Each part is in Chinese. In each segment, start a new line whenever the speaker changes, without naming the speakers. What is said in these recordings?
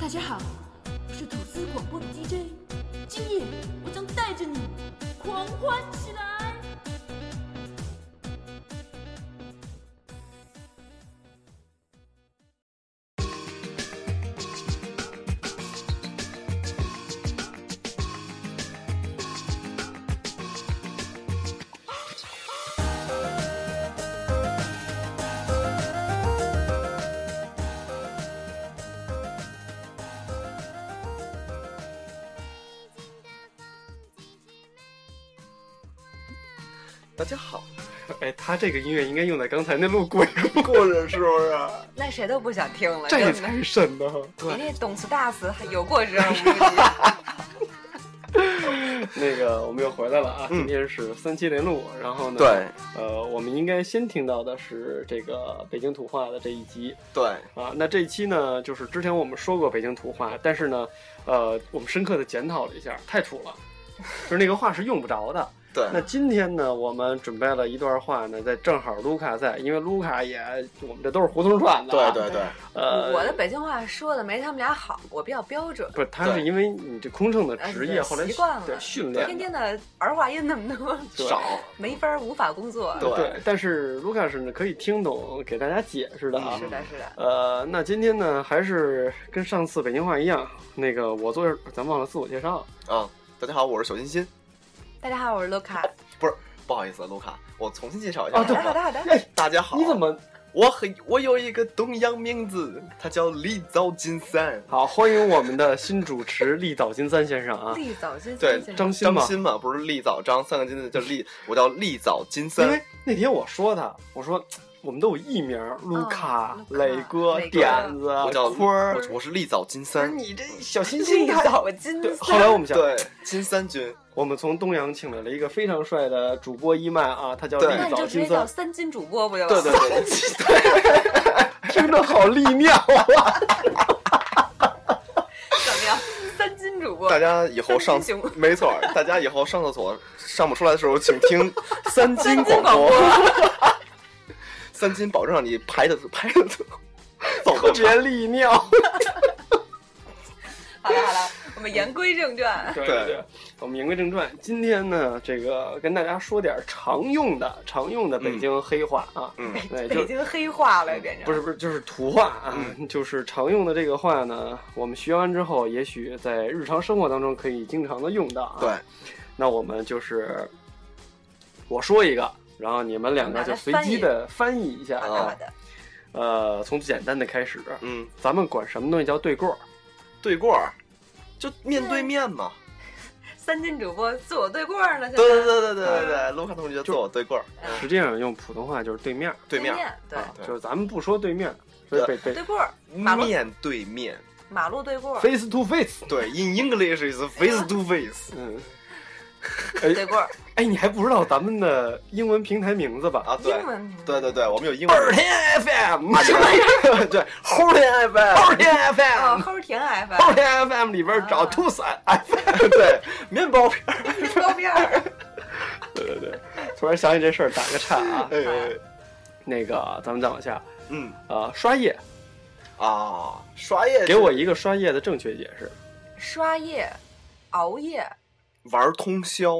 大家好，我是吐司广播的 DJ，今夜我将带着你狂欢起来。
大家好，哎，他这个音乐应该用在刚才那录鬼故
故事是不是？
那谁都不想听了，
这
真的
才是神呢。
人，家董斯大斯还有过这 种目的
那个我们又回来了啊，今天是三期连录，然后呢，，
对
呃，我们应该先听到的是这个北京土话的这一集
对，
啊。那这一期呢，就是之前我们说过北京土话，但是呢，呃，我们深刻的检讨了一下，太土了，就是那个话是用不着的。
对，
那今天呢，我们准备了一段话呢，在正好卢卡在，因为卢卡也，我们这都是胡同串的、
对
啊，
对对，
呃，
我的北京话说的没他们俩好，我比较标准，
不是，他是
对
因为你这空乘的职业，
呃
后来
习惯了
对训练
天天的儿化音那么多，
对
少
没法儿无法工作。
对
对，但是卢卡是呢可以听懂，给大家解释的啊。
是的，是的，
呃，那今天呢，还是跟上次北京话一样，那个我做，咱忘了自我介绍，
嗯，大家好，我是小欣欣，
大家好，我是卢卡。
不好意思，卢卡，我重新介绍一下
啊
好
对
的，
好
好
吗。
的，好的。
哎，
大家好，
你怎？么
我很，我有一个东洋名字，它叫李昭金三，
好？欢迎我们的新主持立早金三先生啊，
立早金
对
先生
张鑫
张
嘛。
鑫嘛，不是立早张三个金字叫立，我叫立早金
因
三
为，那天我说他，我说我们都有艺名，卢卡、
卢卡
磊哥、
嗯磊哥
点子、
我叫
坤儿
我。我是立早金三，
你这小 心心
立
太
早金
对，后
三
来我们想，
对，金三军，
我们从东阳请来了一个非常帅的主播一麦啊，他叫
对
那
立
你
早
就直
金
接叫
三，
三金主播不就完
对
了？
对 对，
听着好利尿 啊！
怎么样？三金主播
大，家以后上
三金雄，
没错儿，大家以后上厕所上不出来的时候，请听三金
三金
广
广
播
播。
三金保证让你排的排的走
特
的
别利尿。
好了好了，我们言归正传。
对
对
对，我们言归正传，今天呢，这个跟大家说点常用的、常用的北京黑话啊，
嗯，
对，就
北京黑化了，变成
不是不是，就是土话啊，
嗯
就是常用的这个话呢，我们学完之后，也许在日常生活当中可以经常的用到啊。
对，
那我们就是我说一个，然后你们两个就随机的翻译一下
好
啊
的好的，
呃，从简单的开始，
嗯，
咱们管什么东西叫对过儿？
对过儿，就面对面嘛。
三金主播自我对过儿呢，现在
对对对对对对对，卢卡同学坐我对过儿，
嗯
实际上用普通话就是对面儿，
对面儿，
面对
啊，
对
就是咱们不说对面儿，所以北北
对过儿，
嗯
马路
面对面，
马路对过儿，
face to face。
对，in English is face to face
嗯，
对过儿，
哎，你还不知道咱们的英文平台名字吧？
啊，对
英，文名
对对对，我们有英
二
文，
天 FM，
对，后天 FM，
二天
哦，
FM，
齁甜 FM
哦
二天 FM 里边找
啊
兔散 FM。
对，面包片儿，
包边儿，
对对对， 突然想起这事儿，打个岔 啊。
哎哎，
那个，咱们再往下，
嗯
呃，刷夜，
啊，刷夜
给我一个刷夜的正确解释。
刷夜、熬夜、
玩通宵，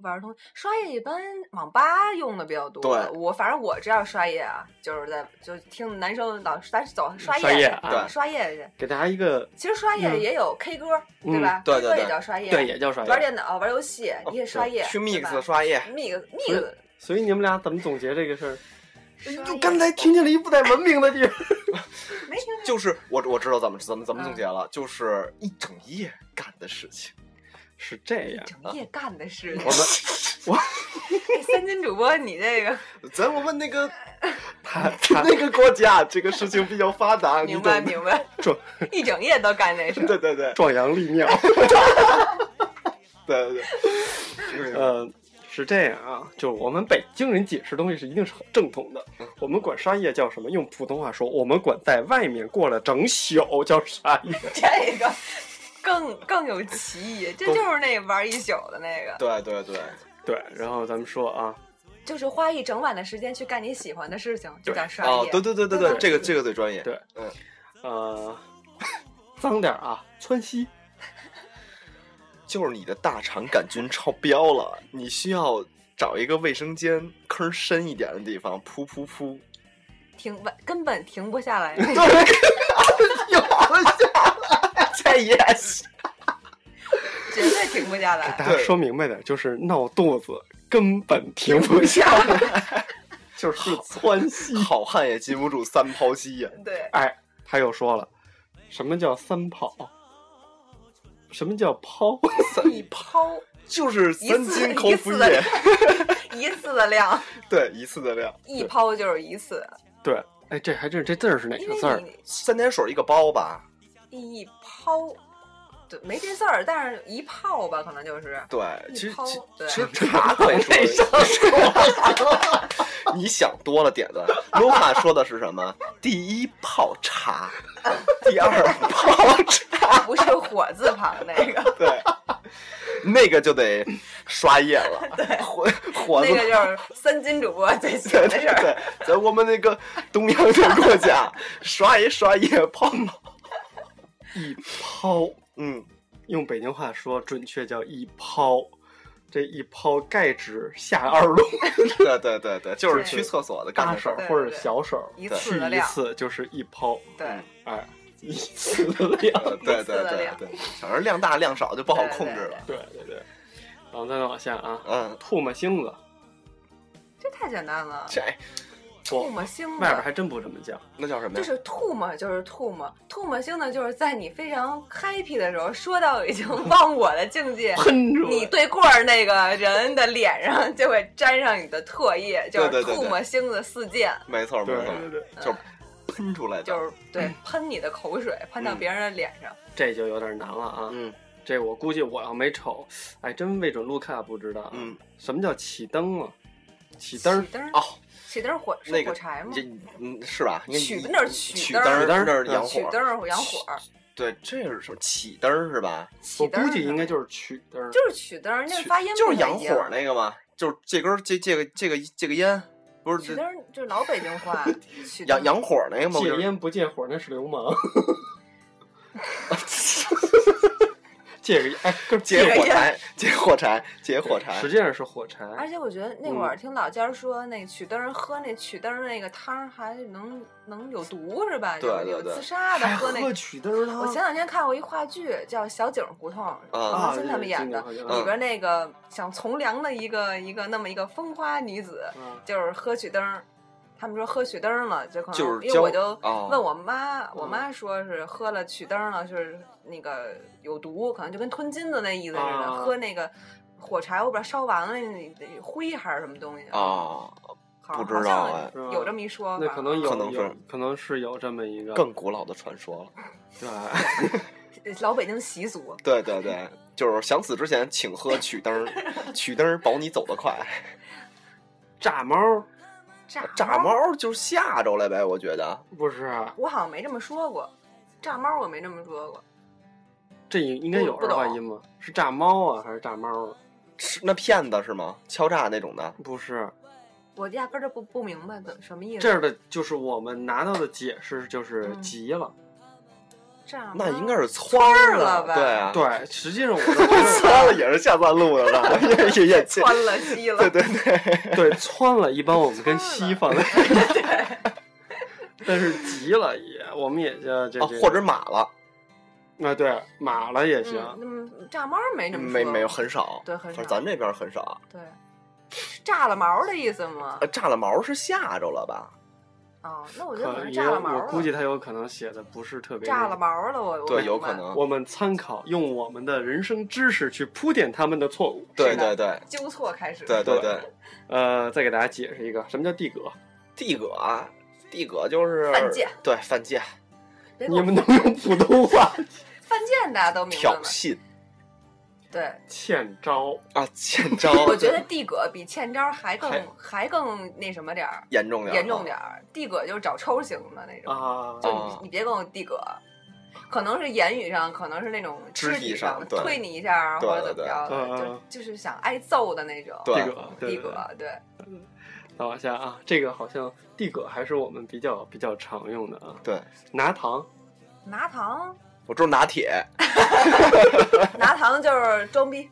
玩儿通刷夜一般网吧用的比较多。
对
我反正我知道刷夜啊，就是在就听男生老咱走刷夜，
刷夜啊
对
刷夜去。
给大家一个，
其实刷夜
嗯
也有 K 歌，
嗯
对吧？
对
K
对
歌
对
也叫刷夜，
对，也叫刷
玩
夜。
电脑、玩游戏你也刷夜，
哦去
对吧嗯
mix 刷夜，
mix mix
所以你们俩怎么总结这个事儿？
刷夜。
就刚才听见了一不太文明的地方。
没听见
就是我我知道怎么怎么怎么总结
嗯
了，就是一整夜干的事情。
是这
一
样，
整夜干的事
我。们
哎三金主播，你这 个
咱我问那个
他他
那 个国家，这个事情比较发 达，你
明
懂
白
的。
明白
这，
一整夜都干这事儿。
对对对
壮阳利尿。
对对对，
呃，是这样啊，就是我们北京人解释东西是一定是很正统的。我们管刷夜叫什么？用普通话说，我们管在外面过了整宿叫刷夜。
这个更更有歧义，这就是那玩一宿的那个，
对对对，哦
对，然后咱们说啊，
就是花一整晚的时间去干你喜欢的事情，就叫刷
哦，
夜。嗯
对对对对
对
对，
对
这个这个最专业。
对呃，脏点儿啊，川西。
就是你的大肠杆菌超标了，你需要找一个卫生间坑深一点的地方，噗噗噗，
停不根本停不 下来。
咬了下来，这 也是
绝对停不下来。
大家
对
说明白点儿，就是闹肚子根本停不下 来，就是川西。
好汉也禁不住三泡稀呀、
对，
哎，他又说了，什么叫三跑？什么叫抛？
一抛
就是
一
三
次
斤口服
一次的
液，
一次的量，
对，一次的量，
一抛就是一次，
对，哎，这还真是这字儿是哪
因
个字儿
为？你
三点水一个包吧，
一抛，对，没这字儿，但是一泡吧，可能就是
对，
一
其实
泡
其
对
其实卡可以说的， 你想多了点子。卢卡说的是什么？第一泡茶，第二泡茶，
不是火字旁那个，
对，那个就得刷夜了，火火
那
字。
个就是三金主播最喜
对
欢的
对
事儿。
对，在我们那个东洋的国家，刷一刷夜泡泡，
一抛，
嗯，
用北京话说准确叫一抛。这一抛盖指下二路，
对对对对，就是
对
去厕所的
大
干
手
手
儿，或者小手儿
一
去
次的
一
量，
次就是一抛，
对，
哎，一次的量。
对对
一次的
对
量
对，小时候量大量少就不好
对
控制
对
了，
对对对，然后再往下啊，
嗯。
唾沫星子，
这太简单了。
这
吐
我
沫星子
外边还真不这么叫。
那叫什么
就
呀？
是吐沫，就是吐沫，吐沫星呢，就是在你非常 happy 的时候，说到已经 忘我的境界，
喷出来
你对过儿那个人的脸上就会沾上你的唾液，就
对对
是
对
吐沫星子四溅，
没错没
对
错，
对对，
就是喷出来的。
就是对喷你的口水，喷到别人的脸上。
这就有点难了啊。
嗯
这我估计我要没瞅，哎，真未准卢卡不知道啊。
嗯，
什么叫起灯啊？起灯儿
起灯儿
哦，
起灯儿火
那
是
个
火柴吗
这？嗯是吧？应该
曲
一
那是曲
曲
灯儿嗯
儿
曲灯儿
那是洋
取
火。
灯儿养火儿，
对，这是什么起灯儿是吧？
起
我
灯儿
估计应该
是
就是取灯儿。
就是取灯儿，那
曲
发音
就是
不太
洋
一
火
样
那个嘛，就是这根儿这这个这个这个烟，不
取
是
灯儿就是老北京话，取
洋
灯儿
洋火那个嘛？
戒
不是
烟不戒火，那是流氓。戒个烟哎，就是
接
个
火
烟
柴，接火柴，接火柴
实。际上是火
而
柴。
且我觉得那会儿听老家儿说，那曲灯儿喝那曲灯儿那个汤儿还能能有毒是吧？
对
有
对
有
对
自杀的
还
喝
哎
那
喝取灯儿
我前
汤
两天看过一话剧，叫《小井胡同》，
啊
王晶他们演的，
嗯
嗯
里边那个想从良的一个一个那么一个风花女子，
啊，
就是喝曲灯儿。他们说喝曲灯儿了，就可能
就是
啊因为我
教
就
哦嗯
问我妈，我妈说是喝了曲灯儿了，就是那个有毒，可能就跟吞金子那意思似的，
哦
啊
喝那个火柴，我不知道烧完了那那灰还是什么东西，
啊，
好像
不知道
好
哎
像有这么一说吧，
那可能有
可能
有
是
可能是有这么一个
更古老的传说了。
对。
老北京习俗，
对对对，就是想死之前，请喝曲灯儿，曲灯儿保你走得快。
炸猫
炸
炸猫儿就是吓着了呗，我觉得。
不是，啊
我好像没这么说过，炸猫我没这么说过，
这应该有
不不
儿
懂
化音吗？是炸猫啊，还是炸猫啊？
是那骗子是吗？敲诈那种的？
不是，
我压根儿就不不明白怎什么意思。
这儿的就是我们拿到的解释就是
嗯
急了。
炸猫
那应该是窜儿
啊了吧
对啊，
对，实际上我都 觉
窜了也是下三路的吧？也也也
穿了稀了，
对
嗯
对对，
得对窜了，一般我们跟西放在一起。但是急了也，我们也叫这
啊
这，
或者马了，
啊对马了也行。
嗯，那么炸猫没这么
没
说
没有很少，
对很少啊
反正咱这边很少。
对，是炸了毛的意思吗
呃，？炸了毛是吓着了吧？
哦，那我觉得可
可能
能炸了毛
我
了，
估计他有可能写的不是特别
炸
那
了
个。
毛了，我我
对，
明
有
白
可能。
我们参考用我们的人生知识去铺垫他们的错误。
对
是的
对对
纠错开始，
对对对，
呃，再给大家解释一个，什么叫地格？
地葛啊，地葛就是
犯贱，
对犯贱、
别给
你
我
们能用普通话？
犯贱，大家都明白
挑
了。
衅
对，
欠招。
啊，欠招。
我觉得地葛比欠招
还
还更还更那什么点儿，
严重点儿，
严重点儿。地葛就是找抽型的那种，
啊，
就
啊
你你别跟我递葛，可能是言语上，可能是那种
肢体
体
上对
推你一下啊
对
或者怎么着
对对
的，
嗯
就就是想挨揍的那种。
对
地格，对
递
对对
葛对，
再往下啊，这个好像地葛还是我们比较比较常用的啊，
对，
拿糖
拿糖
我就是拿铁
拿糖就是装逼，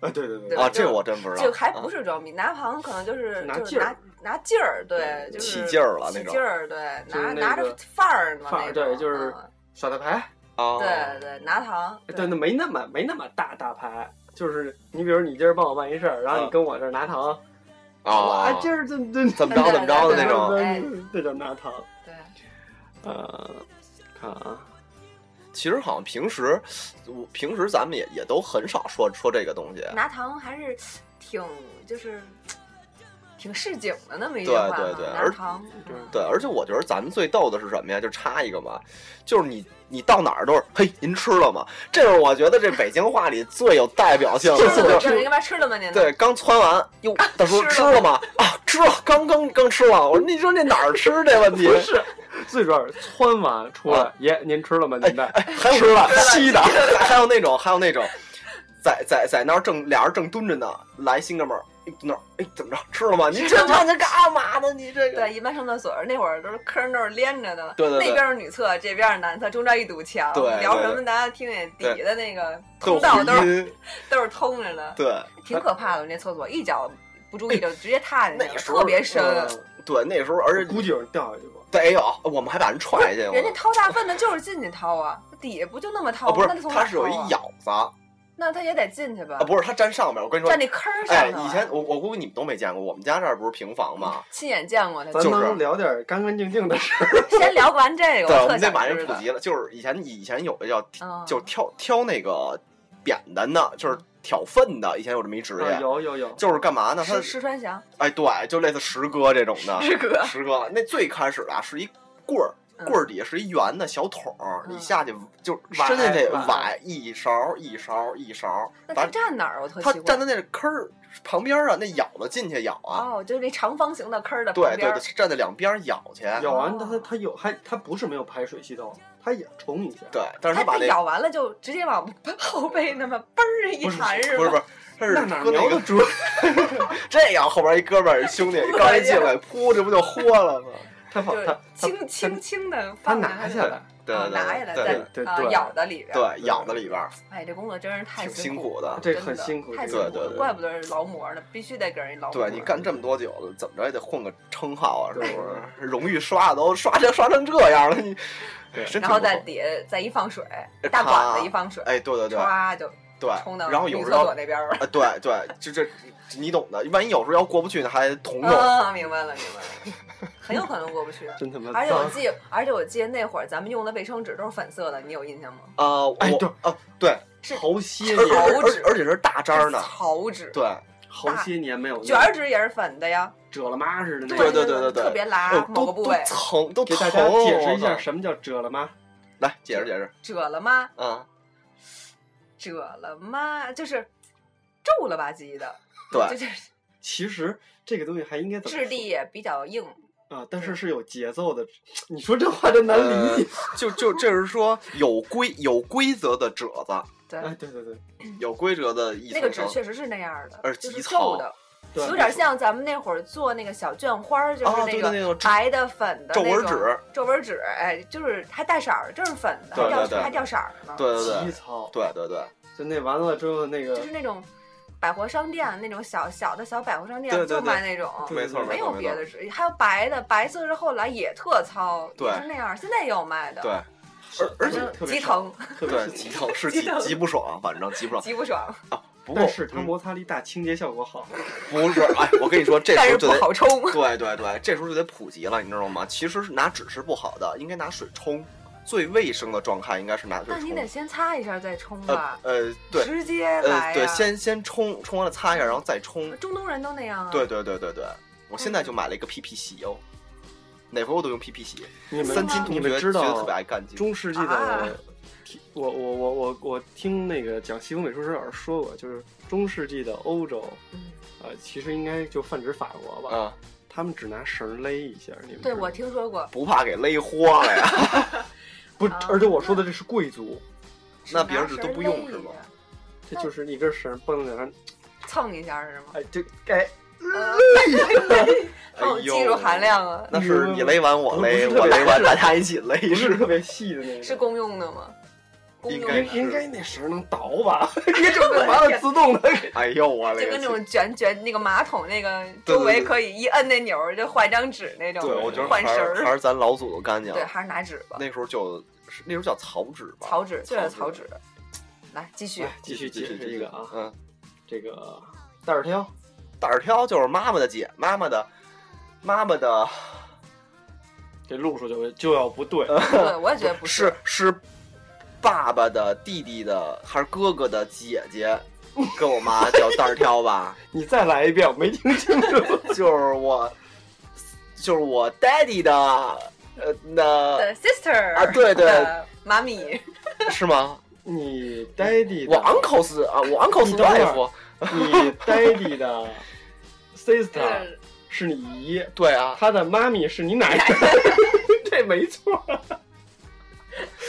啊，对对
对
啊，
就
这我真不知道，
就还不
啊
是装逼，拿糖可能就是
拿
就是
劲儿
拿拿劲儿，对，就是
嗯起劲儿了那
起
种
劲儿，对，
就是
拿
那
拿着
个
范儿嘛，
范儿
那
对
种
就是
嗯
耍大牌，
哦哎
对对，拿糖，
但那没那么没那么大大牌，就是你比如你今儿帮我办一事儿，然后你
啊
跟我这儿拿糖，
啊
我，今儿这这
怎么着怎么着的那种，
哎
这叫拿糖。
对，
呃，看啊，
其实好像平时我平时咱们也也都很少说说这个东西，
拿糖还是挺就是挺市井的那么一句
对
话
对
哈
对
拿
而
糖，
对
嗯
对，而且我觉得咱们最逗的是什么呀？就插一个嘛，就是你你到哪儿都是嘿，您吃了吗？这是我觉得这北京话里最有代表性的，
吃了吗？
就
这应
是
该吃了吗？您
对，刚窜完，哟，大叔
吃
吃
了
了吗？啊，吃了，刚刚刚吃了。我说你说这哪儿吃这问题
不？是，啊最主要是窜完出来，爷您吃了吗？您的
还有吃了吸的， 还有那种还有那种，在在在那儿正俩人正蹲着呢，来新哥们儿，哎蹲那儿，哎怎么着吃了吗？你这他这干嘛呢？你这个
对，一般上厕所那会儿都是坑都是连着的，
对对对
那边是女厕，这边是男厕，中间一堵墙，
对对
聊什么大家听见底的那个
特有
通道都
回
是
音，
都是通着的，
对。
挺可怕的。那厕所一脚不注意就直接踏进去了，
哎那时候嗯
特别深。
对，那时候，而且
估计有人掉下去过。
得有，我们还把人
不是
踹下去了。
人家掏大粪的就是进去掏啊，底下不就那么掏
啊，
吗？
不是
那从，哪
它是有一
掏啊，
�咬子啊，
那他也得进去吧？
不是它粘上面。我跟你说
站，那坑儿
哎，
上头啊。嗯
以前我我估计你们都没见过，我们家这儿不是平房吗？
亲眼见过他，
咱
就
能
是
聊点干干净净的事儿。
先聊完这个，
对，我
特
们得
想
把
知
人普
道
及了。就是以前以前有个叫
嗯
就挑挑那个扁担的，就是挑粪的，以前有这么一职
啊
业。
有有有，
就是干嘛呢？他
石石川祥，
哎，对，就类似石哥这种的，
石哥
石哥那最开始啊是一棍儿，
嗯
棍儿底下是一圆的小桶儿，
嗯
你下去就
崴
伸进去
崴
崴一勺一勺一勺，
那他
反正
站哪儿？我特
他
奇怪。
站在那坑儿旁边啊，那咬子进去咬啊，
哦，就是那长方形的坑儿的
对
旁
对
边
对，
儿
站在两边儿咬去，
有啊
哦，
他他他有，还他不是没有排水系统，他也冲一下。
对，但是
它
他把那
被咬完了就直接往 后背那么嘣儿一弹是
不是不
吧？
是，他是
那哪
搁
瞄
那
得
个
住？
这样，后边一哥们儿 兄弟刚一进来，噗，这不就豁了吗？
他把他
就
他
轻轻轻的
他
放着
拿下，来，
对
啊
对
拿下来
对
再
对
对
啊
对
咬到里边。，
对，咬在里边儿，
哎，这工作真是太
挺辛
苦了，
苦的。
这
真
很
的
辛苦
太
这
辛
个
对
苦
对
了，
对
怪不得是劳模呢，必须得给人劳模。
对你干这么多久了，怎么着也得混个称号啊，是不是？荣誉刷的都刷成刷成这样了，你
对
真挺
然后
不
在
错
底下再一放水，大管子一放水，
哎，对对对
唰就
对
冲到，
然后
女
有
厕
时候
所那 边儿了。
啊，对对，就这你懂的。万一有时候要过不去呢，还捅捅。
啊，明白了，明白了， 很有可能过不去。
真他妈
而且我
脏。
记，而且我记得那会儿咱们用的卫生纸都是粉色的，你有印象吗？
啊，我
哎对
啊，对，
是
好些
而
年，
而
好
而
纸
而且是大张的
是，草纸，
对，
好些年没有弄
卷儿纸也是粉的呀。
褶了妈似的那
对
个。
对对对对
特别
哎
拉
呦
某
都
个部
都
位，
疼，都
给
疼。
大家解释一
我
下
靠
什么叫褶了妈。
来解释解释
褶了吗？
啊，
褶了吗？就是皱了吧唧的，就
对，
是
其实这个东西还应该怎么
质
说
地也比较硬。
啊？但是是有节奏的。你说这话真难理解。
就就就是说有规有规则的褶子，
对，
哎，对对对
有规则的意思。
嗯那个纸确实是那样的，
而
就是
极
皱的，
对，
有点像咱们那会儿做那个小绢花儿，就
啊，
是
对对，
个
那种皱
白的、粉的
皱
那
纹
种
纸，
皱纹纸，哎，就是还带色儿，这是粉的，
对
还
对
掉
对
还掉色儿呢。
对对
极
对
糙。
对对对，
就那完了之后那个
就是那种百货商店那种小小的小百货商店
对对
就卖
对
那种，
对
没错
对
没
没
有
错没
别
错
的，纸，还有白的，白色是后来也特糙，
对
也是那样，现在也有卖的，
对， 而而
反
且
正
特别
极
少
疼，
特别
对
是
极
极
疼是
极
极
疼
极不爽，反正极不爽。
极不爽，
不过嗯
但是它摩擦力大，清洁效果好。
不是，哎，我跟你说，这
但
时
是
候就
不
得。
好冲。
对对对，这时候就得普及了，你知道吗？其实是拿纸是不好的，应该拿水冲。最卫生的状态应该是拿水
那
冲。
你得先擦一下再冲
呃
吧，
呃，对，
直接来
呃，对，
呀。嗯
先先冲，冲完了擦一下，然后再冲。
中东人都那样啊，
对对对对对，我现
嗯
在就买了一个 PP 洗哦，哪回我都用 PP 洗。
你
三
们
金同
你
学
们知
觉得特
道
别爱干净。
中世纪
啊
的提，我我我我我听那个讲西方美术史老师说过，就是中世纪的欧洲，
嗯，
呃，其实应该就泛指法国吧，
啊，
他们只拿绳勒一下，你们知
对
道
我
吗
听说过，
不怕给勒豁了呀？
不是
啊，
而且我说的这是贵族，
那别人
纸
就都不用是吗？
这就是一根绳蹦在那儿，
蹭一下是吗？
哎，这哎，
很
哎
有
呦
技术哦含量啊，
那是你勒完我
不是
勒，
特别
我勒完大家一起勒
不是
是
特别细的那个，
是公用的吗？公
应
用
该
的
应
是，
应该那时候能倒吧？应该就完了，自动的。
哎呦我勒
就
个
跟那
去！
种卷卷那个马桶那个
对
周
对
围
对
可以一摁那钮儿就换张纸那种，
对，我觉得
换
还
绳
是还
儿，
是咱老祖宗干净。
对，还是拿纸吧，
那时候就是那时候叫草纸吧，
草纸就是
草
草
纸
纸。来 继续，
哎继续
继
解
续
释
继
一
续
个啊，
嗯，
这个袋儿挑，
胆儿挑就是妈妈的姐，妈妈的妈妈的
这路数就就要不对。
嗯
对，我也觉得不
是是爸爸的弟弟的还是哥哥的姐姐，跟我妈叫蛋儿挑吧，
你再来一遍，我没听清楚。
就是我就是我 daddy 的呃那
的 sister
啊对对
的妈咪，
是吗？
你 daddy 的
我 uncle's 啊，我 uncle's
你等会儿
wife，
你 daddy 的 sister
对
是你姨，
对啊，
他的妈咪是你奶奶，这没错。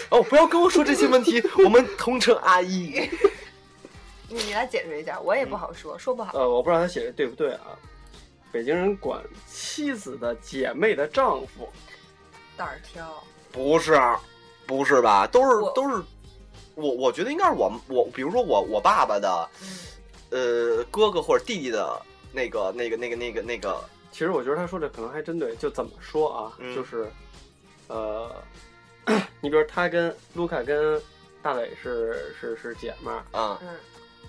哦，不要跟我说这些问题， 我们通称阿姨。
你你来解释一下，我也不好说，说不好。
呃，我不知道他写的对不对啊。北京人管妻子的姐妹的丈夫，
胆儿挑，
不是，不是吧？都
我
是都是，我我觉得应该是我我，比如说我我爸爸的
嗯
呃哥哥或者弟弟的那个那个那个那个那个，
其实我觉得他说这可能还真对。就怎么说啊，
嗯
就是呃， 你比如他跟卢卡跟大伟是是是姐们儿，
啊、
嗯，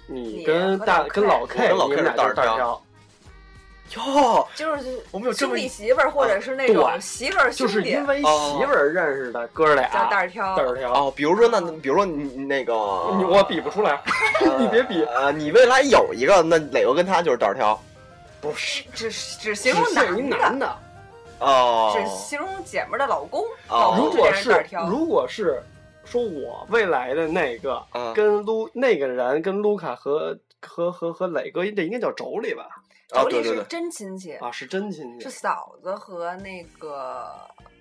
你
你
跟
和
大
老 K
跟老
我
K，
跟老
你
K
们俩
是
就
大
是
大
大
家
挑，
哟，
就是就是
我们有这
兄
么
弟
一
媳妇儿，或者是那
啊
种
对
媳妇儿
就
兄
是
弟，
因为媳妇儿认识的哥俩
叫胆
大
儿挑，
儿挑。
哦，比如说那比如说你你那个，
你我比不出 来，你别比，
呃，你未来有一个，那哪个跟他就是蛋儿挑
不是，
只只形
只
容
限于
男的，
男的。
哦
只形容姐们儿的老公，
哦
老
如
公
果
这样
是
胆儿挑，
如果是说我未来的那个
嗯
跟卢那个人跟卢卡和和和和磊哥，这应该叫妯娌吧？
啊，
妯
对对
娌是
对，
真亲戚，
啊，是真亲戚
是。嫂子和那个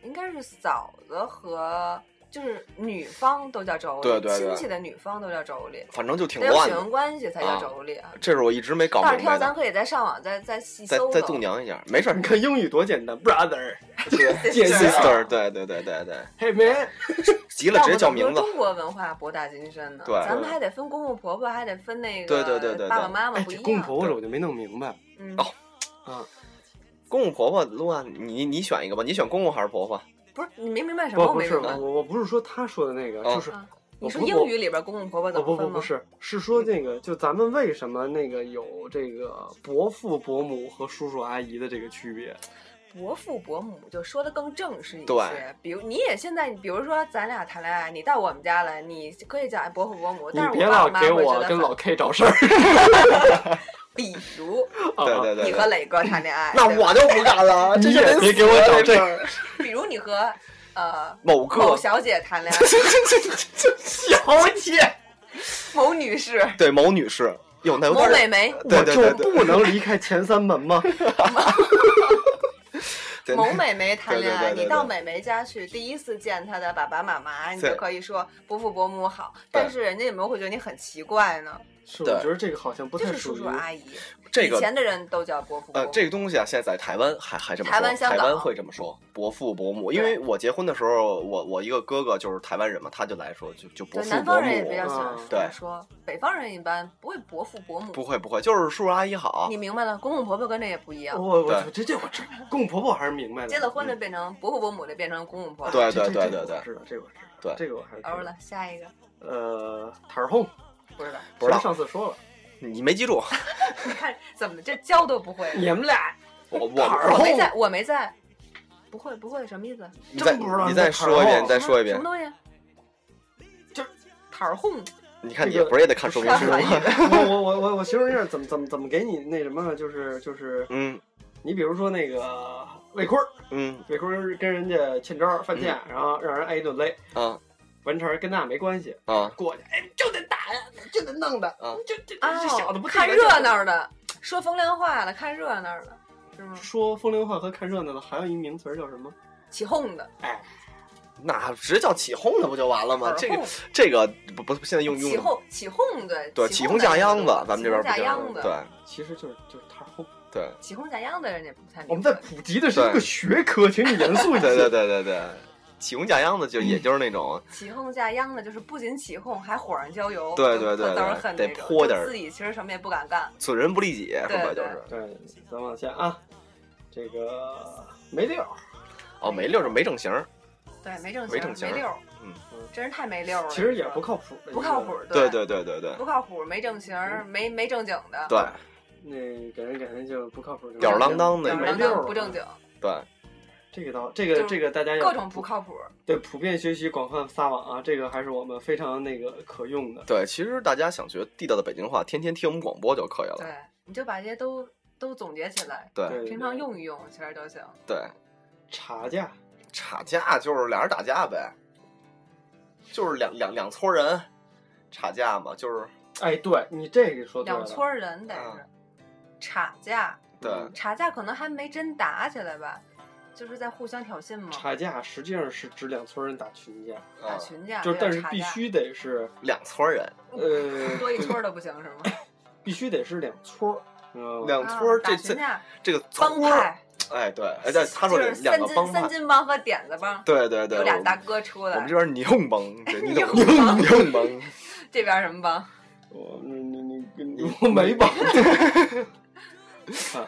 应该是嫂子和就是女方都叫妯娌，
对对对
亲戚的女方都叫妯娌，
反正就挺
得有
乱
血
的
缘。关系才
啊
叫妯娌啊。
这是我一直没搞
但
明
是挑
白
咱
的，
可以再上网再再细
再
搜
再
搜
度娘一下，没事儿，
你
你
看英语多简单，brother，
对
姐姐
啊
sister，对对对对对，
嘿 man，
急了
要
直接叫
不怎么说
名字。
中国文化博大精深呢，
对
咱们还得分公公婆婆，还得分那
对
个
对对对对
爸爸妈妈
哎，
不一
这
样。
公婆我就没弄明白
嗯
哦，
啊。
公公婆婆，陆啊，你你选一个吧，你选公公还是婆婆？
啊
不是你没明白什么？
不
我
不
没
是
明
我
白。
我不是说他说的那个，
哦
就是
啊
我
你说
不
英语里边公公婆婆
哦
怎
不
么
不
分吗？
不是，是说那个就咱们为什么那个有这个伯父伯母和叔叔阿姨的这个区别？
伯父伯母就说的更正式一
对
些，比如你也现在，比如说咱俩谈恋爱，你到我们家来，你可以叫伯父伯母，
你
但是
别
我爸
老
妈
给
会觉
我
得
跟老
很
K 找 事儿。
比如
啊
对对对对
你和磊哥谈恋爱，
那
对吧
我就不干 了，这
你
就
也
得
别
死
给我
了
找
这
这
事儿
比如你和呃
某个
某小姐 谈恋爱，
小 姐，
某女士、
对某女士，有那有
某
点
美
儿
眉、
对
我
对
就
对对
不能离开前三门 吗？
对
某美眉谈恋
对对
爱，
对对对
你到美眉家去，第一次见她的爸爸妈妈，你就可以说伯父伯母好，但是人家有没有会觉得你很奇怪呢？
是，
对
我觉得这个好像不
就
太
是
属
叔
于
叔。阿姨，
这
以
个
前的人都叫伯父伯
呃
母，，
这个东西啊，现在在台湾还还这么说，
台湾香港
会这么说，伯父伯母。因为我结婚的时候，我我一个哥哥就是台湾人嘛，他就来说就就伯
对，
父
南
伯
方人也比较
母，啊
喜欢
嗯
这
对
么说，北方人一般不会伯父伯母。
不会不会，就是叔叔阿姨好哦
你。明白了，公公婆婆跟这也不一样。
我我
对
这这我这公婆婆还是明白的。啊
结了啊婚的变成伯父伯母的变成公公婆婆。
对
这
对
这
对
这
对对
个我知道这个我知
对
道，这个我还是知道
欧了，下一个
呃，塔儿轰，
不知道，
不知道
其实上次说了，
你没记住，
你看怎么这教都不会，
你们俩
我我
塔儿
我没
轰，
在，我没在，不会不会什么意思？
你再
真不知道
你
你
再
在
说一
盘儿哦
遍，
后
你再说一遍
啊什么。东西？
这
桃儿哄，
你看你
这个
不是啊也得看说明书
不是
吗？
我我我我我形容一下怎么怎么怎么给你那什么，就是就是
嗯
你比如说那个魏坤儿，
嗯
魏坤儿跟人家欠招儿犯贱，然后让人挨一顿勒，
啊
文成儿跟那没关系，
啊，
过去，哎，就得打呀，就得弄的，
啊
就就这小子
哦
不，
看
对劲儿
热。闹的，说风凉话的，看热闹的，是吗？
说风凉话和看热闹的，还有一名词儿叫什么？哎
起哄的，
那直接叫起哄的不就完了吗？
耳
这个
哄
这个不不，现在用
起
用
哄，起哄对
对起哄架秧子，咱们这边
架
不
秧
行。
子，
对
其实就是就是他后。
对
起哄架秧子人家不太明白。
我们在普及的是一个学科，请你严肃一些。
对对对对对，起哄假秧子就也就是那种，
起哄架秧的，就是不仅起哄，还火上浇油，
对对对
特
对
儿狠那
得
种
泼点儿
就自己其实什么也不敢干。
损人不利己，说白就是。
对，咱往下啊，这个梅六，
哦，没溜是没正形儿，
对，没正
没正
形儿，
形儿
没溜儿，
嗯，
真是太没溜儿了。
其实也不靠谱，
不靠谱，，
对对对对对
不靠谱，没正形儿，没没正经的，
对
那给人感觉就不靠谱，
吊儿郎当的
吊
没
儿郎
溜
当
儿，
不正。经，
对，
这个倒，这个
就是
这个大家要
各种不靠谱。
对普遍学习广泛撒网啊，这个还是我们非常那个可用的。
对，其实大家想学地道的北京话，天天听我们广播就可以了。
对，你就把这些都都总结起来，
对
对，
平常用一用，其实都行。
对，
查价，
吵架就是俩人打架呗，就是两两两撮人吵架嘛，就是
哎，对你这个说对了，
两撮人得
啊
是吵架，
嗯
对
吵架可能还没真打起来吧，就是在互相挑衅嘛，
查价实际上是指两撮人打群架，
打
嗯
群架，
就是
这
但
叫
是
吵
必
架嗯
须得是
两撮人，
呃，
多一撮儿都不行是吗？
必须得是两撮儿，你知道吗？
两撮儿
啊打
这
群
这
架，
这个
帮
撮儿，
派，
哎对，哎对，他说
就
这
是
两
三
个
金
帮
三
派，
金帮和点子帮，
对对对，
有俩
我
大
们
哥出
我
来
们，这边儿硬帮， 对你懂
硬帮
硬帮，
这边什么帮？
我你你你你我没吧？看 啊，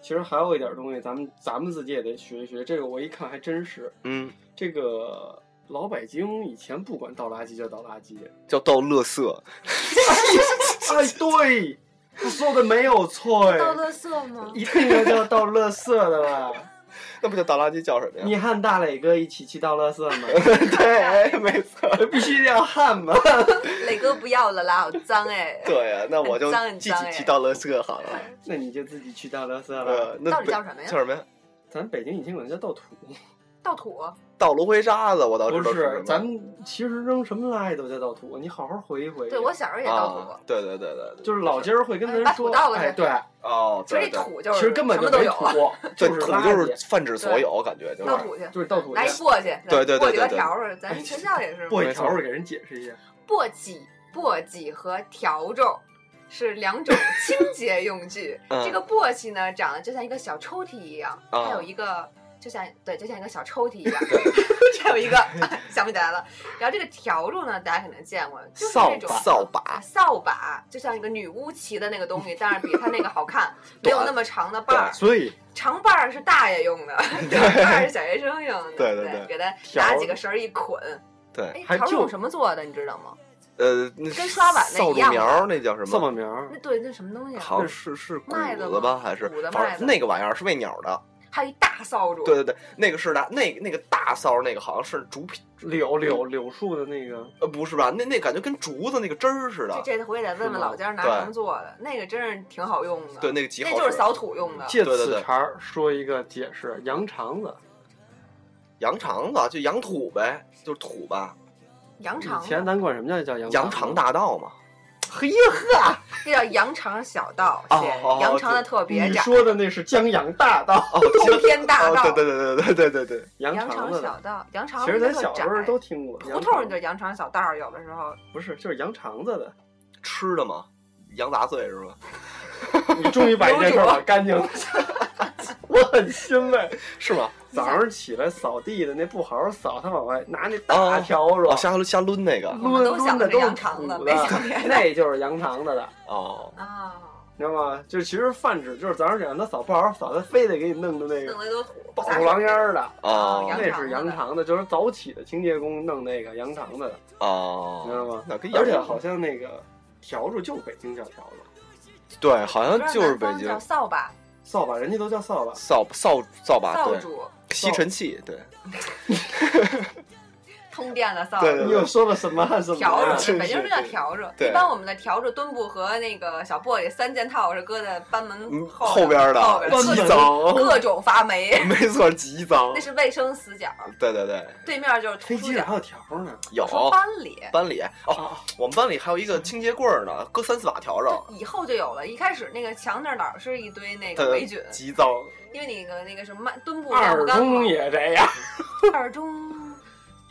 其实还有一点东西，咱们咱们自己也得学一学。这个我一看还真是，
嗯，
这个老北京以前不管倒垃圾就倒垃 圾，
叫倒乐色，
哎，对，他说的没有错哎，
到乐色吗？
一定要叫倒垃圾 的吧？
那不叫倒垃圾叫什么呀？
你和大磊哥一起去倒垃圾吗？
对，哎没错，
必须要焊嘛。
磊哥不要了啦，好脏哎！
对呀，那我就
很脏很
记
脏
起
哎
提到了这个好了。
那你就自己去倒垃圾了。
呃，那
到底
北
叫什么呀
叫什么呀？
咱北京以前管它叫倒土，
倒土，
倒炉灰沙子，我倒
不
哦知道什
是
么？
咱们其实扔什么垃圾都叫倒土，你好好回忆回忆。
对我小时候也倒土
啊，，对对对对对，
就是老今儿会跟
把
咱
土
说，
倒了
哎，
去
对，
哦，
其
对
实这
对，
土就是
其实根本
什
就
么都
没
有，
土，
对
就是
土
垃
就是
圾
泛指所有，感觉就
倒
是
土去，
就是倒土
拿一
去。
簸箕，
对对对
簸箕和
对对哎
笤帚，咱学校也是
簸箕
没错
笤帚给人解释一下，
簸箕、簸箕和笤帚。是 两种清洁用具。
嗯
这个簸箕呢，长得就像一个小抽屉一样，
啊
它有一个就像对，就像一个小抽屉一样， 它有一个想不起来了。然后这个笤帚呢，大家肯定见过，就是那种
扫把，
扫把，就像一个女巫骑的那个东西，但是比它那个 好看，没有那么长的把儿。
所以
长把儿是大 爷用的，短把儿是小学生用的。
对对
对
对
给它
条
拿几个绳儿一捆。
对，
哎，
还
笤帚
就
用什么做的，你知道吗？
呃，那
跟刷碗那
扫
一样
帚苗儿那叫什
扫把
么？
苗儿
那对，那什么东西啊？
好像是是谷
麦子
子吧，
吗
还是
谷子
反
麦
正
子
那个玩意儿是喂鸟的。
还有一大扫帚。
对对对，那个是的，那那个大扫帚那个好像是竹皮，
柳柳柳树的那个，
呃，不是吧？那那感觉跟竹子那个枝儿似
这
的。
这回得问问老家拿
对
什么做的，那个真是挺好用的。
对，那个极好
那
使。
就是扫土用的。
借
啊对对
此
对
茬儿说一个解释：羊肠子
羊肠子，就羊土呗，就是土吧。
羊肠啊
以前咱管什么叫叫羊
羊肠
子
大道嘛。嘿呀呵，
那叫羊肠小道，
哦
写
哦
羊肠的特别
你
窄，
说的那是江洋大道，
哦，
通天大道
哦。对对对对对对对，
羊
羊
肠
肠
子
小
的。
道，羊肠
其实咱
特
小时
窄
候都听过，
胡
羊
同
肠
儿就是羊肠小道儿，有的时候
不是就是羊肠子 的。
吃的嘛，羊杂碎是吗？
你终于把这件事儿搞干净了， 我很欣慰。
是吗？
早上起来扫地的那不好好扫，他往外拿那
哦
大笤
哦，
帚，
瞎抡瞎抡那个
我
抡
们都
抡
想
的
的
都
是
是
羊肠
土
子，没
的，
想别的
那就是羊肠子的，
哦，
啊，
你知道吗？就其实泛指就是早上起来他扫不好好扫，他非得给你弄的那
弄
个
得都土，
暴土狼烟儿的，
哦
哦
羊
那是嗯 羊肠子，就是早起的清洁工弄那个羊肠子的，你知道
哦，
吗？
那跟羊
而且好像那个笤帚就是北京叫笤帚，
对，好
不
像
知道
就是
南
北
方
京
叫扫把、
扫把人家都叫扫 把，
扫扫扫把，
扫
啊对，
帚、
吸尘
嗯
器，对，
通电的扫
对
帚
对。
你又说了什么和什么
笤
呀？
真
帚，
是
北京是叫笤帚。
对
一般我们的笤帚、墩布和那个小簸箕三件套是搁在班门
嗯
后边
边
后
的哦
边
极
各种
脏，
各种发霉，
没错，极脏
那，是卫生死角。
对对对，
对面就是图
飞
书
机里
角。
还有条儿呢，
有
我说班里，
班里哦，
啊，
我们班里还有一个清洁棍儿呢，搁三四把笤帚，
以后就有了。一开始那个墙那儿老是一堆那个
对
霉菌，，
极脏，
因为那个那个什么墩布晾
二
不干嘛
中。也这 样。
二中，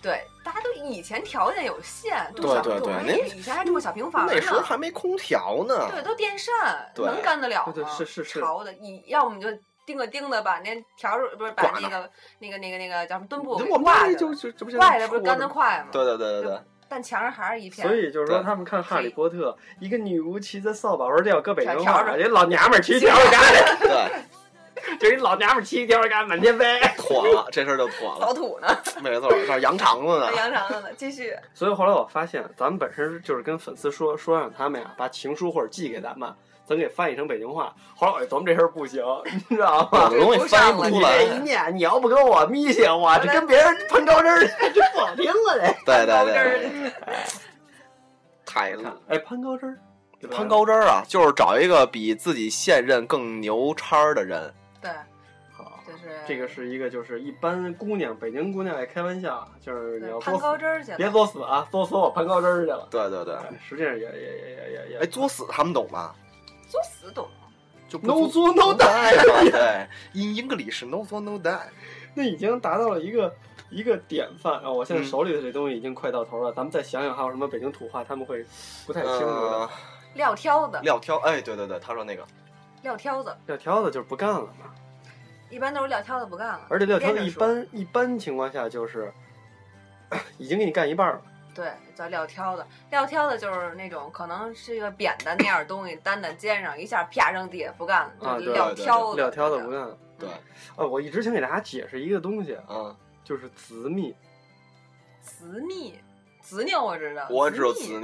对，大家都以前条件有限，住
对
小
对
住
对
哎
那
以前还住小平房呢，
那时候还没空调呢，
对，都电扇，
对
能干得了吗？
对对是是是
潮的，以要么就钉个钉子把那笤帚不是把
挂那
那个那个那个那个叫什么墩布给
我们
挂
那
着
就
了，
就这不现在
挂着不是
说
干
的
得
吗
快吗？
对对对对 对，
但墙上还是一片。
所以就是说，
对
他们看《哈利
所以
波特》，一个女巫骑着扫把玩掉个北京话，
小条儿
人老娘们儿骑笤帚干
对，
的，就一老娘们儿骑笤帚干满天飞。
妥了，这事儿就妥
扫
了。
土呢，
没错，这是扬长子呢。
扬长的呢，继续。
所以后来我发现，咱们本身就是跟粉丝说说让他们呀把情书或者寄给咱们，咱给翻译成北京话。后来我就琢磨这事儿不行， 你知道
我
吗？
东西翻译不
你
出
这一
来，
念，你要不跟我眯醒我，这跟别人攀高枝儿去，这不好听了这。
对对
高
对
枝儿
对，太
看，哎，攀高枝儿，对吧
攀高枝儿啊，就是找一个比自己现任更牛叉儿的人。
对，
好
就是
这个是一个，就是一般姑娘，北京姑娘爱开玩笑，就是你要作
对攀
死，
高枝儿去了。
别作死啊，作死我攀高枝儿去了。
对对对，
哎实际上也也也也也也，
哎，作死他们懂吗？
作死懂吗？
就不
no
作
do no die，
嘛 对，in English no do no die。
那已经达到了一个一个典范啊！我
嗯
现在手里的这东西已经快到头了，咱们再想想还有什么北京土话他们会不太清楚的
嗯
呃。，
撂挑子，
撂挑，哎，对对对，他说那个，
撂挑子，
撂挑子就是不干了嘛，
一般都是撂挑子不干了。
而且撂挑子
连着
一
说
般一般情况下就是 咳已经给你干一半了。
对，叫撂挑子。撂挑子就是那种可能是一个扁担那样的东西，担在肩上，一下啪扔地下不干
啊
了，就
对
撂
对
挑子。
撂挑子不干了。
对，
啊，我一直想给大家解释一个东西，啊
嗯，
就是子密。
子密，子拗我知道，
我只有
子
子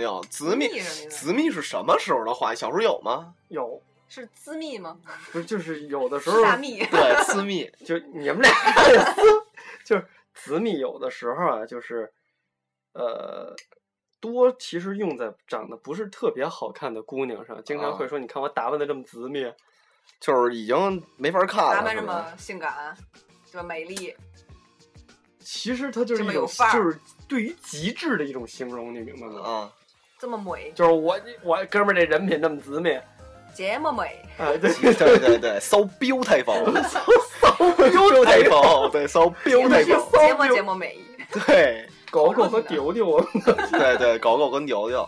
啊密
拗，子密，
是什么意思
子密是什么时候的话？小时候有吗？
有，
是滋密吗？
不是就是有的时
是
候
大蜜，
对，私密，
就你们俩就是子密，有的时候啊，就是呃，多其实用在长得不是特别好看的姑娘上，经常会
哦
啊
说：“你看我打扮的这么子密，
就是已经没法看了。
咱们
是
这
吧
么性感，这么美丽，
其实它就是
这
一
么
种
有范儿哦
就是对于极致的一种形容，你明白吗？
啊，
这么美，
就是我我哥们儿这人品这么子密啊，
这么美，
对
对对对，so beautiful，so beautiful，对，so
节目
beautiful，
节目节目美，
对
狗狗和丢丢，
对对，狗狗跟牛牛，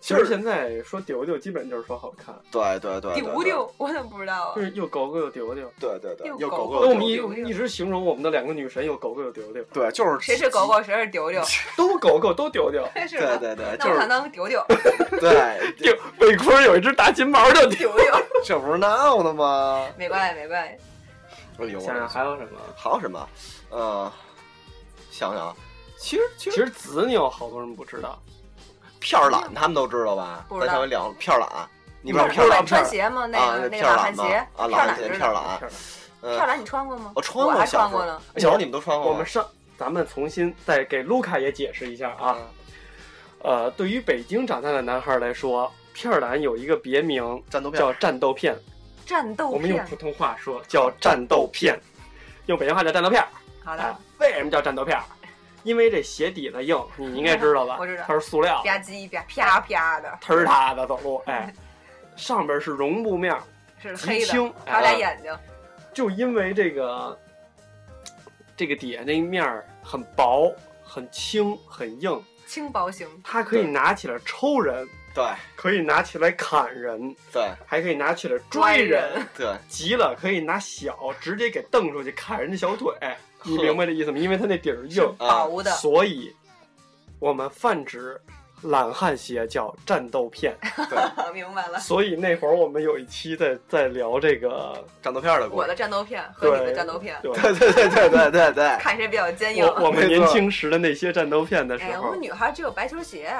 其实现在说丢丢基本就是说好看，
对对对，对
丢，丢，我怎么不知道啊
就？
嗯
是又狗狗又丢
哦
丢。
对对对，
又
有
狗
狗
狗
那
有
我们
丢
一
丢
我们一直形容我们的两个女神，有狗狗有丢丢，
对，就是
谁是狗？狗，谁是丢丢？
都狗狗都丢丢。
是
对
吧？
对对，
那
就
我想
是
当丢丢，
对，
就北昆有一只大金毛的丢。
丢丢，
这不是闹呢吗？
没关系，没关系。
哎呦，
想想还有什么？
还有什么？呃，想想，其实其
其
实
实子牛好多人不知道，
片儿懒他们都知道吧？
不知
咱
道
上回聊片儿懒，你
不
们
是
知道片儿
懒
懒
穿鞋吗？那
啊
个，那
片
个
儿
懒
懒
汉
吗
鞋，？
啊，
片
懒
儿懒
鞋，
知
片儿
道。
懒，
片
嗯
儿，懒你穿过吗？
我穿过
我还
小
穿
时候
过呢。
小时候你们都穿过
我
吗？
们上咱们重新再给卢卡也解释一下啊。
嗯，
呃，对于北京长大的男孩来说，片儿男有一个别名
战斗片儿
叫战斗片，
战斗
我们用
哦
普，
片
通话说叫战斗片，用北京话叫战斗片儿。
好
啊
的，，？
为什么叫战斗片儿？因为这鞋底子硬，你应该知道吧
我知道
它是塑料的，
吧唧吧啪啪的，
忒儿塌的走路。哎，上边是绒布面儿，
是
极
黑
轻
的，还有俩
哎
眼睛，
就因为这个这个底下那面儿很薄、很轻、很硬，
轻薄型。
它可以
对
拿起来抽人，
对
可以拿起来砍人，
对
还可以拿起来
抓
追
人
人。
对，
急了可以拿小直接给蹬出去砍人的小 腿，你
呵
明白这意思吗？因为它那底儿硬，
啊，
薄的，
所以我们泛指懒汉鞋叫战斗 片。
明白了。
所以那会儿我们有一期在在聊这个，
战斗片儿的故
我
事
的。战斗片和
对
你的战斗片，
对，
对对对对对对对，
看谁比较坚硬。
我我们
没错
年轻时的那些战斗片的时
哎，我
候
们，女孩只有白球鞋，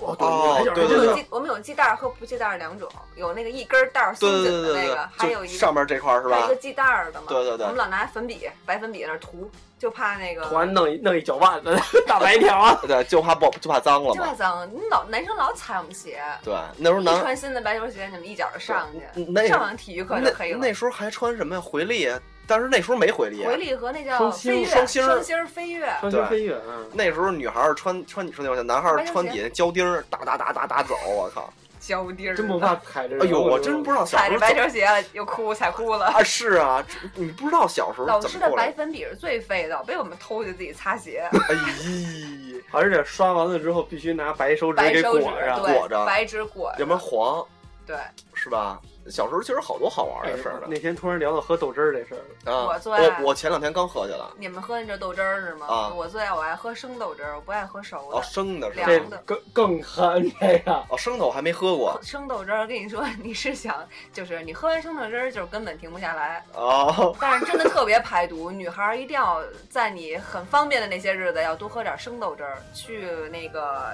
哦
哦
对
我
对
们
对
有
对
系我们有系带儿和不系带儿两种，有那个一根儿带儿松
对对
紧的
对
那
对
个，还
对，
有
就
一个
上面这块儿是
还有
吧
一个？系带儿的嘛。
对对对
我们老拿粉笔、白粉笔在那儿涂，就怕那个
突然弄一弄一脚腕子， 大白条。
对，就怕不就怕脏了
就怕
嘛。
脏，你老男生老踩我们鞋，
对，那时候
一
男
穿新的白球鞋，你们一脚就上去，
那
上完体育课就黑
那
了。
那时候还穿什么呀？回力，但是那时候没回力。
回力和那叫
双星
飞跃，
双星
双星儿飞跃，
双星飞跃啊！
那时候女孩儿穿穿你说那种，男孩儿穿底下胶钉儿，哒哒哒哒哒走，我靠！
胶钉儿，
真不怕踩着人。
哎呦，我真不知道小
踩
时候
着白
怎么
球鞋了又哭，踩哭了。
啊，是啊，这你不知道小时候
老
怎
师
么
的
过来
白。粉笔是最废的，被我们偷去自己擦鞋，
哎咦，
而且刷完了之后必须拿白手指啊
白
给
手
裹
指
上，
裹
对，
着
白纸裹着，
要不然黄
对，
是吧？小时候其实好多好玩的事儿
哎那天突然聊到喝豆汁儿这事儿了，
的啊！
我
我
最爱
我前两天刚喝去了，
你们喝那阵豆汁儿是吗？
啊
我最爱我爱喝生豆汁儿，我不爱喝熟的。
哦，生的是吧
凉
这
的
更更憨这个。
哦，生的我还没喝过
生豆汁儿，跟你说，你是想就是你喝完生豆汁儿，就是根本停不下来。
哦。
但是真的特别排毒，女孩儿一定要在你很方便的那些日子，要多喝点生豆汁儿，去那个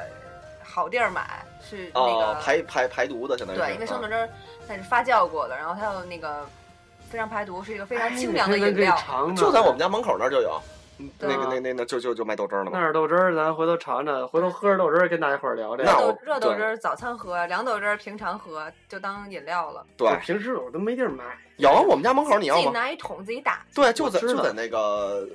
好地儿买，去那个、
哦，排排排毒的，相当于是
对，因为生豆
啊
汁儿它是发酵过的，然后它有那个非常排毒，是一个非常清凉的
哎
饮
你看咱
料
这。尝尝
就在我们家门口那儿就有，嗯那
对啊
个那那那就就就卖豆汁儿了
那
嘛。
儿豆汁儿，咱回头尝尝，回头喝着豆汁儿跟大家伙儿聊这
热
那
个。
我
豆热豆
对
汁儿早餐喝，凉豆汁儿平常喝，就当饮料了。
对
我，平时我都没地儿买，
有我们家门口你
自
要
己
吗？
拿一桶自己打。
对，就在
我知
就
道
在那个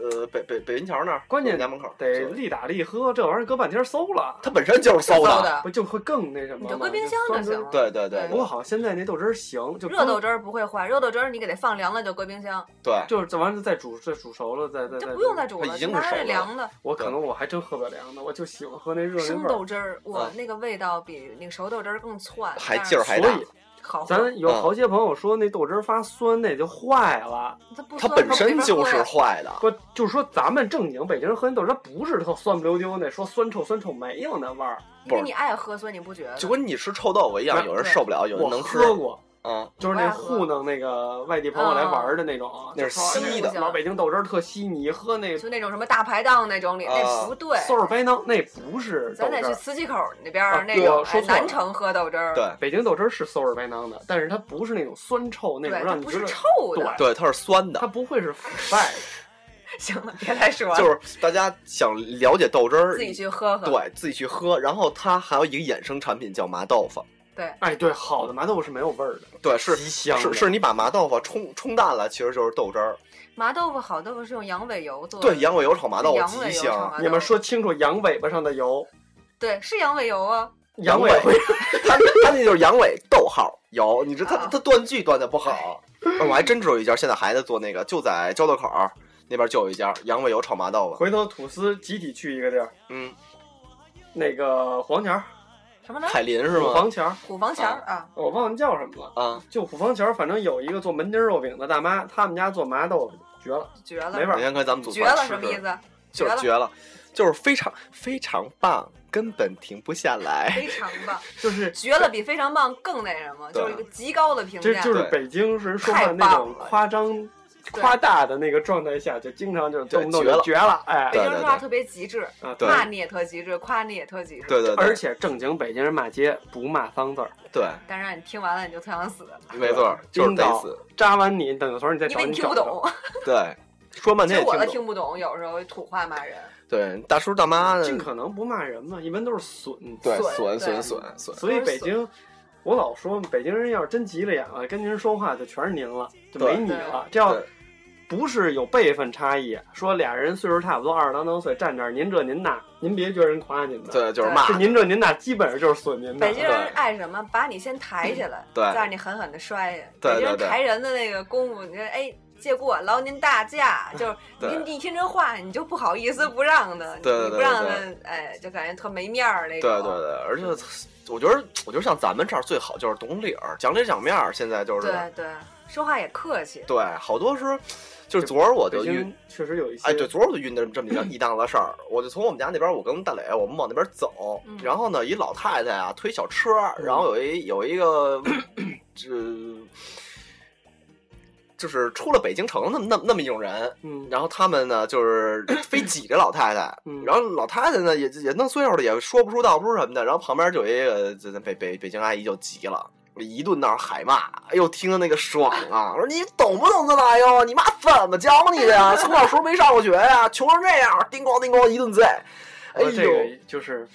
呃北北北云桥那儿，
关键
我们家门口
得
就
利打利喝，这玩意儿搁半天馊了，
它本身就是馊
的，
的。
不就会更那什么
你
吗？
就搁冰箱就
酸根
行
儿
了。
对对对
不过好，现在那豆汁儿行，就
热豆
汁
汁儿不会坏，热豆汁儿你给它放凉了就搁冰箱，
对，
就是这完了再煮，再煮熟了再再
就
再。
不用再煮
它
了，
已经
就是拿
熟
着
的
凉的。
我可能我还真喝不了凉的，我就喜欢喝那热那
生
味儿。
豆汁儿，我
嗯
那个味道比那个熟豆汁儿更窜，
还
但是
劲儿还大
所。以
好喝。
咱有好些朋友说那豆汁儿发酸，那就坏了。
它不
它
酸
本
没
身
法
就
喝
是
呀
坏的。
不，就是说咱们正经北京人喝那豆汁儿不是特酸不溜丢那，说酸臭酸臭没有那味儿。
因为
不
你爱喝，所以你不觉得。
就跟你吃臭豆腐一样，
对
有人受不了，有人
我
能吃。
喝过，
啊，
就是那糊弄那个外地朋友来玩儿的那种，
嗯那是稀的
就说哎老北京豆汁儿特稀，你一喝那
就那种什么大排档那种里，那
啊
不对。
馊儿白囊，那不是豆汁
咱得去
儿。
磁器口那边
啊
儿那
对
种
我
哎
说错了
南城喝豆汁儿，
对
北京豆汁儿是馊儿白囊的，但是它不是那种酸臭那种
对，它
让你
不
觉
是
得，
臭的。
对，它是酸的
它。不会是腐败。
行了，别再说了，
就是大家想了解豆汁儿，
自己去喝喝。
对自己去喝。然后它还有一个衍生产品叫麻豆腐，
对
哎，对，好的麻豆腐是没有味儿的，
对，是
极香
是
的
是你把麻豆腐冲冲淡了，其实就是豆汁儿。
麻豆腐好豆腐是用羊尾油做的。
对，羊尾油炒麻豆
羊
腐
尾
极
油炒麻
香，
豆
你们说清楚羊尾巴上的油，
对，是羊尾油啊。
羊尾
尾，它它那就是羊尾逗号油，你这它
啊
它断句断的不好。我还真知道一家，现在还在做那个，就在交道口儿那边就有一家羊尾油炒麻豆腐。
回头吐司集体去一个地儿，
嗯，
那个黄桥儿、
什么来？
海林是
虎
吗？
坊桥儿，
虎坊桥儿啊，
我忘了叫什么了。
啊，
就虎坊桥，反正有一个做门钉肉饼的大妈，他们家做麻豆腐绝了，
绝了，
没味
哪
儿。
天可以咱们组
绝
团
了
吃
什么
吃
意？思？
就是
绝
绝了，就是非常非常棒，根本停不下来。
非常棒，
就是
绝了比非常棒更那什么，
对
就是一个极高的评
这
价。
就是
对
北京人说
太
话
棒
那种
了
夸张、
对
夸大的那个状态下，就经常就是
对
动不动
绝
就
了
绝了，哎
北，京
对
人
对
说话
对
特别极致，
啊
对
骂你也特极致，夸你也特极致。
对对对，
而且正经北京人骂街不骂脏字儿，
对，
但是让你听完了你就特想死，
没错，就是
晕
得
倒
死。
扎完你，等一会儿你再
因
找
为你听不
找
懂。
对，说半
其
天
实
也
我都
不
听不懂，有时候土话骂人。
对，大叔大妈
着，尽可能不骂人嘛，一般都是损。
对损
损
损
对
损损，
所以
都是
北
损
京，我老说北京人要是真急了眼了，跟您说话就全是您了，就
对
没你
对
了。这要
对
不是有辈分差异，说俩人岁数差不多，二十当当岁站这儿，您这您那，您别觉得人夸您的，
对，就是
对
骂
是。您这您那，基本上就是损您的
北。京人爱什么？把你先抬起来，
对
再让你狠狠的摔下。
对
北京人
对对
抬人的那个功夫，你看，哎，借过劳您大驾，就是
对
您一听这话，你就不好意思不让的，
对对
你不
对
让
对
的，哎，就感觉特没面儿那
对对
种。
对，而且我觉得，我觉得像咱们这儿最好就是懂理儿，讲理讲面儿。现在就是
对对，说话也客气。
对，好多时候就是昨儿我
北
就晕
京，确实有一些，
哎，对，昨儿我就晕的这么一档子事儿，我就从我们家那边，我跟大磊，我们往那边走
嗯，
然后呢，一老太太啊推小车，然后有一有一个 这。就是出了北京城那么那么那么一种人，
嗯，
然后他们呢就是 非挤着老太太，
嗯
然后老太太呢也也弄岁数了，也说不出道不出什么的，然后旁边就有一个这这北北北京阿姨就急了。一顿那儿海骂，哎呦，听的那个爽啊！我 说你懂不懂自打哟？你妈怎么教你的 呀？从小时候没上过学呀、穷成这样，叮咣叮咣一顿宰。哎
说
呦，
哦这个就是。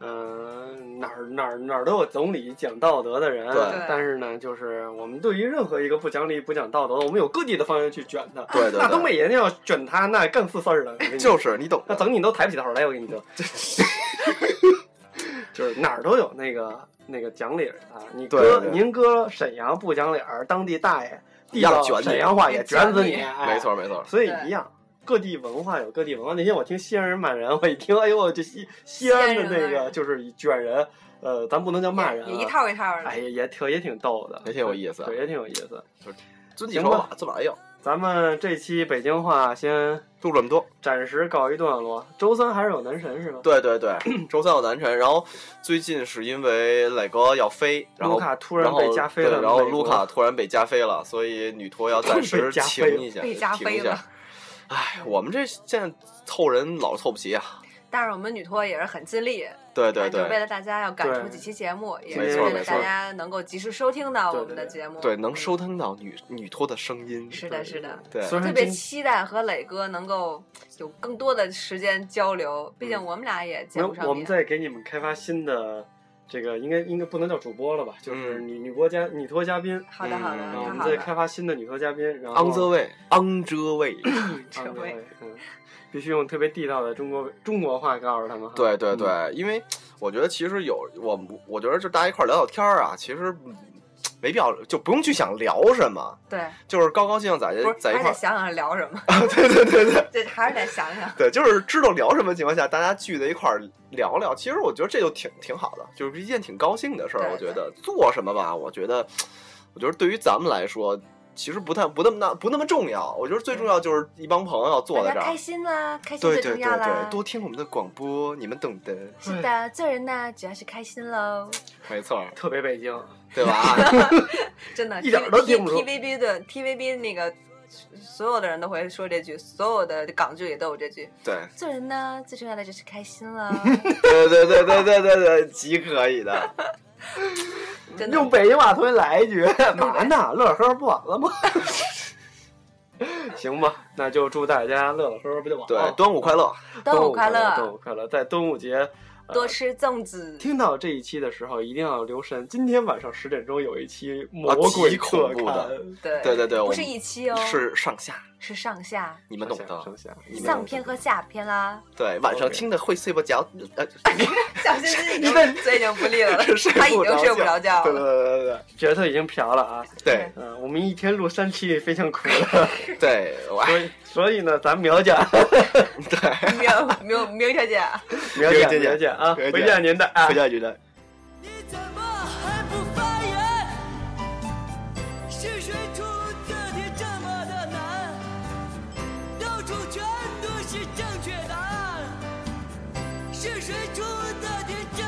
呃，哪儿哪儿哪儿都有总理讲道德的人
对，
但是呢，就是我们对于任何一个不讲理、不讲道德，我们有各地的方向去卷他。
对对
那东
对，
北人要卷他，那更是事儿了。我跟 你说
就是你懂
那
的，
整你都抬不起头来，我 跟你说， 就是哪儿都有那个那个讲理儿的。你
对
搁
对
您搁沈阳不讲理儿，当地大爷地
一样
道
卷你
沈阳话也卷死你，
卷
哎
没。错没错，
所以
对
一样，各地文化有各地文化。那天我听西安人骂人，我一听，哎呦，我这西西安的那
西安人骂
个就是一卷人，呃，咱不能叫骂人
也一
啊，
套一套的。
哎呀，也挺也挺逗的，
也挺有意思啊
对，也挺有意思。
遵纪
行
守
吧
法，遵法要。
咱们这期北京话先
录这么多，
暂时告一段落，周三还是有男神是吧？
对对对， 周三有南辰，然后最近是因为磊哥要飞，然后
卢卡突然被加飞了
对然后
美
卢
国
卡突然被加飞了，所以女托要暂时
被加飞
停一下，
被加
停一
飞
下
了。
哎，我们这现在凑人老是凑不齐啊！
但是我们女托也是很尽力，
对对
就是为
对
了大家要赶出
对
几期节目，也
没
是
错
为了
没错
大家能够及时收听到
对
我们的
对对
节目。嗯
对，能收听到女女托的声音，
是的，是的。
对
虽然
特别
今
期待和磊哥能够有更多的时间交流，
嗯
毕竟我们俩也见
那
不上
我们
面。
再给你们开发新的这个，应该应该不能叫主播了吧？就是
嗯
女女播嘉女托嘉宾，
好的，好的，
嗯
然后我
太
们
好
再
了。
开发新的女托嘉宾，然后
昂遮位，
嗯
昂遮 位，
昂泽
这位
位，嗯，必须用特别地道的中国中国话告诉他们哈。
对对
嗯
对，因为我觉得其实有我们，我觉得就大家一块儿聊聊天儿啊，其实嗯没必要，就不用去想聊什么，
对，
就是高高兴兴在
不是
哎在一块
还得
儿，啊
想想聊什 么，
对对对对
这还是得想想。
对，就是知道聊什么情况下，大家聚在一块儿聊聊，其实我觉得这就挺挺好的，就是一件挺高兴的事儿。
对
我觉得做什么吧，我觉得，我觉得对于咱们来说。其实不太不那么大不那么重要，我觉得最重要就是一帮朋友坐在
大
这
家
儿
开，心啦，开心
对
最
对
重
对
要啦
对，。多听我们的广播，你们 懂的，
是的，做人呢，只要是开心喽，
没错儿，
特别北京，
对吧？
真的，
一点儿都
T-
顶不住
TVB 的 TVB 那个，所有的人都会说这句，所有的港剧里都有这句。
对，
做人呢，最重要的就是开心喽，
对对对对对对对，极可以 的。
真的
用。北京话重新来一句，嘛呢？乐呵不完了吗？ 行吧，那就祝大家乐乐呵呵不就完
对
哦
了？，
端午快乐！
端午快
快
乐，
端午快乐！在端午节呃
多吃粽子。
听到这一期的时候，一定要留神。今天晚上十点钟有一期《魔
啊极
鬼
恐
特
怖
刊》
的
对
对对对，我
不
们
是一期哦，
是上下，
是上下
你们懂的。
剩下
你们
上篇和下篇啦。
对，晚上听的会睡不着，呃，
小星星 已经嘴已经不利了，
睡
他已
不
经
着
睡不着觉
对
了。
对对
角色已经嫖了啊！
对
嗯、我们一天录三期非常苦了，
对对，我
所以所以呢，咱苗姐，
对，
明明明小姐，
苗
姐
姐，
姐
苗姐啊，
苗姐
回见您的啊
回。家觉得
你怎么还不发言？是谁出的题这么的难？到处全都是正确答案，是谁出的题这